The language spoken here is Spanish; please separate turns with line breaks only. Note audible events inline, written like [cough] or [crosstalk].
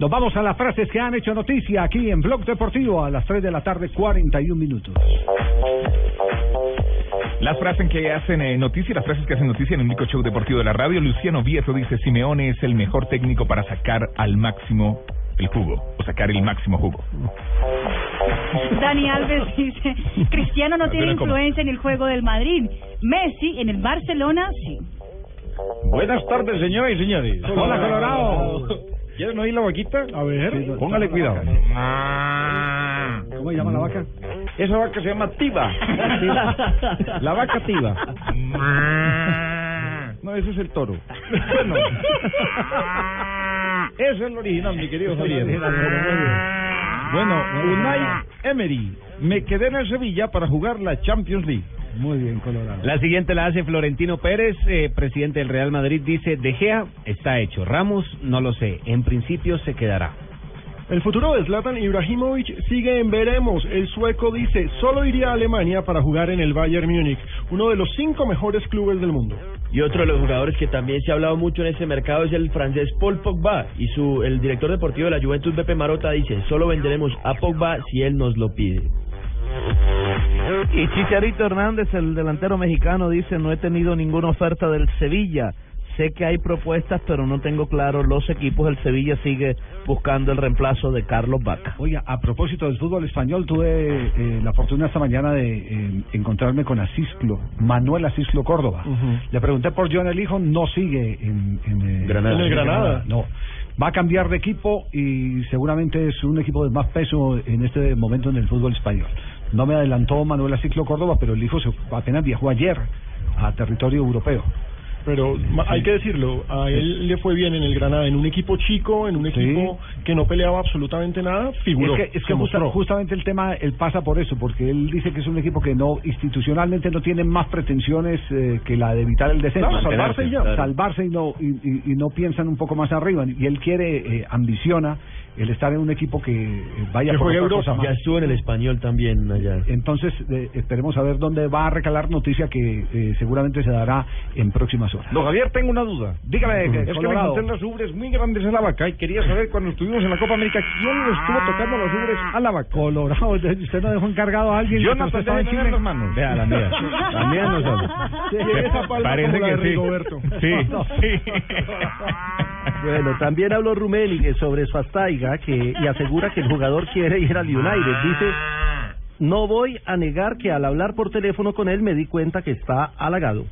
Nos vamos a las frases que han hecho noticia aquí en Blog Deportivo a las 3 de la tarde, 41 minutos.
Las frases que hacen eh, noticia, las frases que hacen noticia en el único show deportivo de la radio, Luciano Vieto dice, Simeone es el mejor técnico para sacar al máximo el jugo, o sacar el
[laughs]
máximo jugo.
Dani Alves dice, Cristiano no tiene
Pero ¿cómo?
influencia en el juego del Madrid. Messi en el Barcelona, sí.
Buenas tardes, señoras y señores.
[laughs] Hola, Colorado.
¿Quieren oír la vaquita?
A ver.
Póngale cuidado.
¿Cómo se llama la vaca?
Esa vaca se llama
[laughs]
Tiba. La vaca Tiba. No, ese es el toro. Bueno.
[laughs]
Ese es el original, mi querido Javier. Bueno, Unai Emery. Me quedé en el Sevilla para jugar la Champions League.
Muy bien, Colorado.
La siguiente la hace Florentino Pérez, eh, presidente del Real Madrid, dice, De Gea está hecho, Ramos no lo sé, en principio se quedará.
El futuro de Zlatan Ibrahimovic sigue en veremos. El sueco dice, solo iría a Alemania para jugar en el Bayern Múnich, uno de los cinco mejores clubes del mundo.
Y otro de los jugadores que también se ha hablado mucho en este mercado es el francés Paul Pogba. Y su, el director deportivo de la Juventus, Pepe Marota, dice, solo venderemos a Pogba si él nos lo pide.
Y Chicharito Hernández, el delantero mexicano, dice, no he tenido ninguna oferta del Sevilla. Sé que hay propuestas, pero no tengo claro los equipos. El Sevilla sigue buscando el reemplazo de Carlos Vaca.
Oiga, a propósito del fútbol español, tuve eh, la fortuna esta mañana de eh, encontrarme con Asislo, Manuel Asislo Córdoba. Le pregunté por John el hijo, no sigue en, en, eh,
Granada.
en el
En
Granada.
Granada.
No, va a cambiar de equipo y seguramente es un equipo de más peso en este momento en el fútbol español. No me adelantó Manuel Asislo Córdoba, pero el hijo se- apenas viajó ayer a territorio europeo.
Pero ma- hay que decirlo, a él le fue bien en el Granada, en un equipo chico, en un equipo que no peleaba absolutamente nada, figuró.
Es que, es
se
que justa-
mostró.
justamente el tema, él pasa por eso, porque él dice que es un equipo que no institucionalmente no tiene más pretensiones eh, que la de evitar el descenso.
Claro, salvarse y ya.
Claro. Salvarse y no, y, y- y no piensan un poco más arriba. Y él quiere, eh, ambiciona el estar en un equipo que eh, vaya
Que
por
juegue
otra
Europa.
cosa más.
Ya estuvo en el español también allá.
Entonces, eh, esperemos a ver dónde va a recalar noticia que eh, seguramente se dará en próximas horas.
Don Javier, tengo una duda.
Dígame, eh,
Es que me
Colorado.
encontré las ubres muy grandes a la vaca y quería saber cuando estuvimos en la Copa América quién le estuvo tocando las ubres a la vaca.
Colorado, usted no dejó encargado a alguien. mientras usted
Jonathan
estaba en
debe tener
Chile?
las
[laughs]
manos.
Vea la mía. La mía no sabe.
Sí, esa palma
Parece
como la
que
de
sí.
Rigoberto.
[laughs]
[laughs]
Sí,
No, no.
sí.
[laughs]
Bueno, también habló Rumeli eh, sobre Suastaiga que, y asegura que el jugador quiere ir al United. Dice, no voy a negar que al hablar por teléfono con él me di cuenta que está halagado.